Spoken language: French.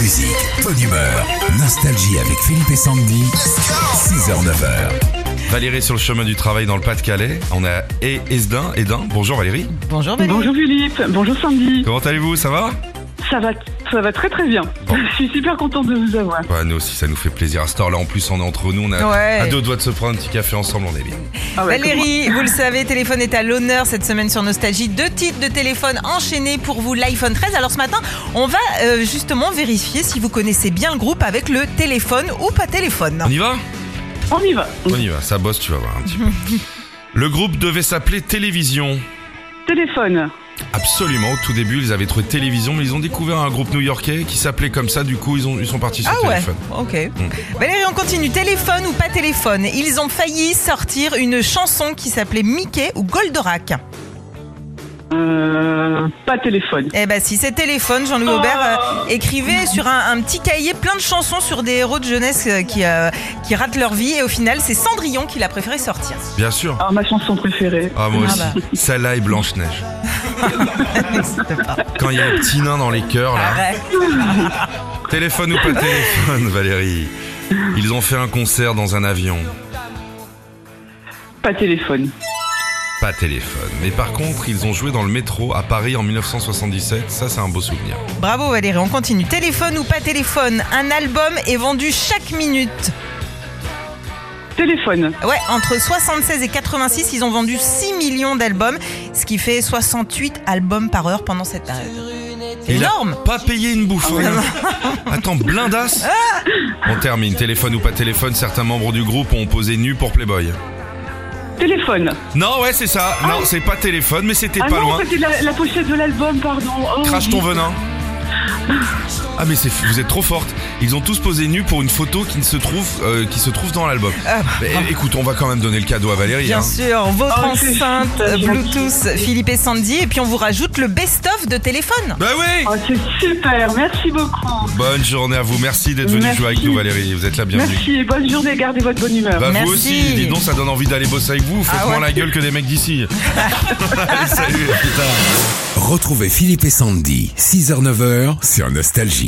musique, bonne humeur, nostalgie avec Philippe et Sandy. 6h-9h. Valérie sur le chemin du travail dans le Pas-de-Calais. On a E- Esdin. Edin. Bonjour Valérie. Bonjour Valérie. Bonjour Philippe, bonjour Sandy. Comment allez-vous Ça va Ça va, ça va très très bien. Bon. Je suis super contente de vous avoir. Bah nous aussi ça nous fait plaisir. À ce temps là en plus on est entre nous, on a Ouais. à deux doigts de se prendre un petit café ensemble, on est bien. Ah ouais, Valérie, vous le savez, téléphone est à l'honneur cette semaine sur Nostalgie. Deux titres de téléphone enchaînés pour vous, l'iPhone 13. Alors ce matin, on va euh, justement vérifier si vous connaissez bien le groupe avec le téléphone ou pas téléphone. On y va comment- On y va. On y va, ça bosse tu vas voir un petit peu. Le groupe devait s'appeler Télévision. Téléphone. Absolument, au tout début ils avaient trouvé Télévision mais ils ont découvert un groupe new-yorkais qui s'appelait comme ça, du coup ils, ont, ils sont partis sur Ah ouais, Téléphone. Mm. ok. Valérie, on continue. Téléphone ou pas téléphone Ils ont failli sortir une chanson qui s'appelait Mickey ou Goldorak. Euh, pas téléphone. Eh ben si, c'est téléphone. Jean-Louis Oh. Aubert euh, écrivait sur un, un petit cahier plein de chansons sur des héros de jeunesse euh, qui, euh, qui ratent leur vie. Et au final, c'est Cendrillon qu'il a préféré sortir. Bien sûr. Alors Ah, ma chanson préférée. Ah moi Ah aussi. bah. Celle-là et Blanche-Neige. N'existe pas. Quand il y a le petit nain dans les cœurs là. Arrête. Téléphone ou pas téléphone, Valérie Ils ont fait un concert dans un avion. Pas téléphone. Pas téléphone. Mais par contre, ils ont joué dans le métro à Paris en 1977. Ça, c'est un beau souvenir. Bravo Valérie, on continue. Téléphone ou pas téléphone, un album est vendu chaque minute. Téléphone. Ouais, entre 76 et 86, ils ont vendu 6 millions d'albums, ce qui fait 68 albums par heure pendant cette période. Il a Énorme Pas payé une Ah, bouffonne. Attends, blindasse On termine. Téléphone ou pas téléphone, certains membres du groupe ont posé nus pour Playboy. Téléphone. Non, ouais, c'est ça. Non, c'est pas téléphone, mais c'était ah pas non, loin. c'était la, la pochette de l'album, pardon. Oh, Crache ton oui. venin. Ah mais c'est vous êtes trop forte. Ils ont tous posé nus pour une photo qui ne se trouve euh, qui se trouve dans l'album. Ah. Mais, écoute, on va quand même donner le cadeau à Valérie. Bien hein. sûr, votre Oh, c'est enceinte super gentil. Bluetooth Philippe et Sandy, et puis on vous rajoute le best-of de téléphone. Bah oui. Oh, c'est super, merci beaucoup. Bonne journée à vous. Merci d'être venu Merci. jouer avec nous Valérie. Vous êtes la bienvenue. Merci et bonne journée, gardez votre bonne humeur. Bah Merci. vous aussi. Dis donc, ça donne envie d'aller bosser avec vous. Faites Ah ouais. moins la gueule que des mecs d'ici. Allez, salut. à plus tard. Retrouvez Philippe et Sandy, 6h-9h sur Nostalgie.